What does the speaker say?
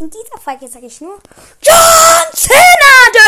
In dieser Folge sage ich nur John Cena,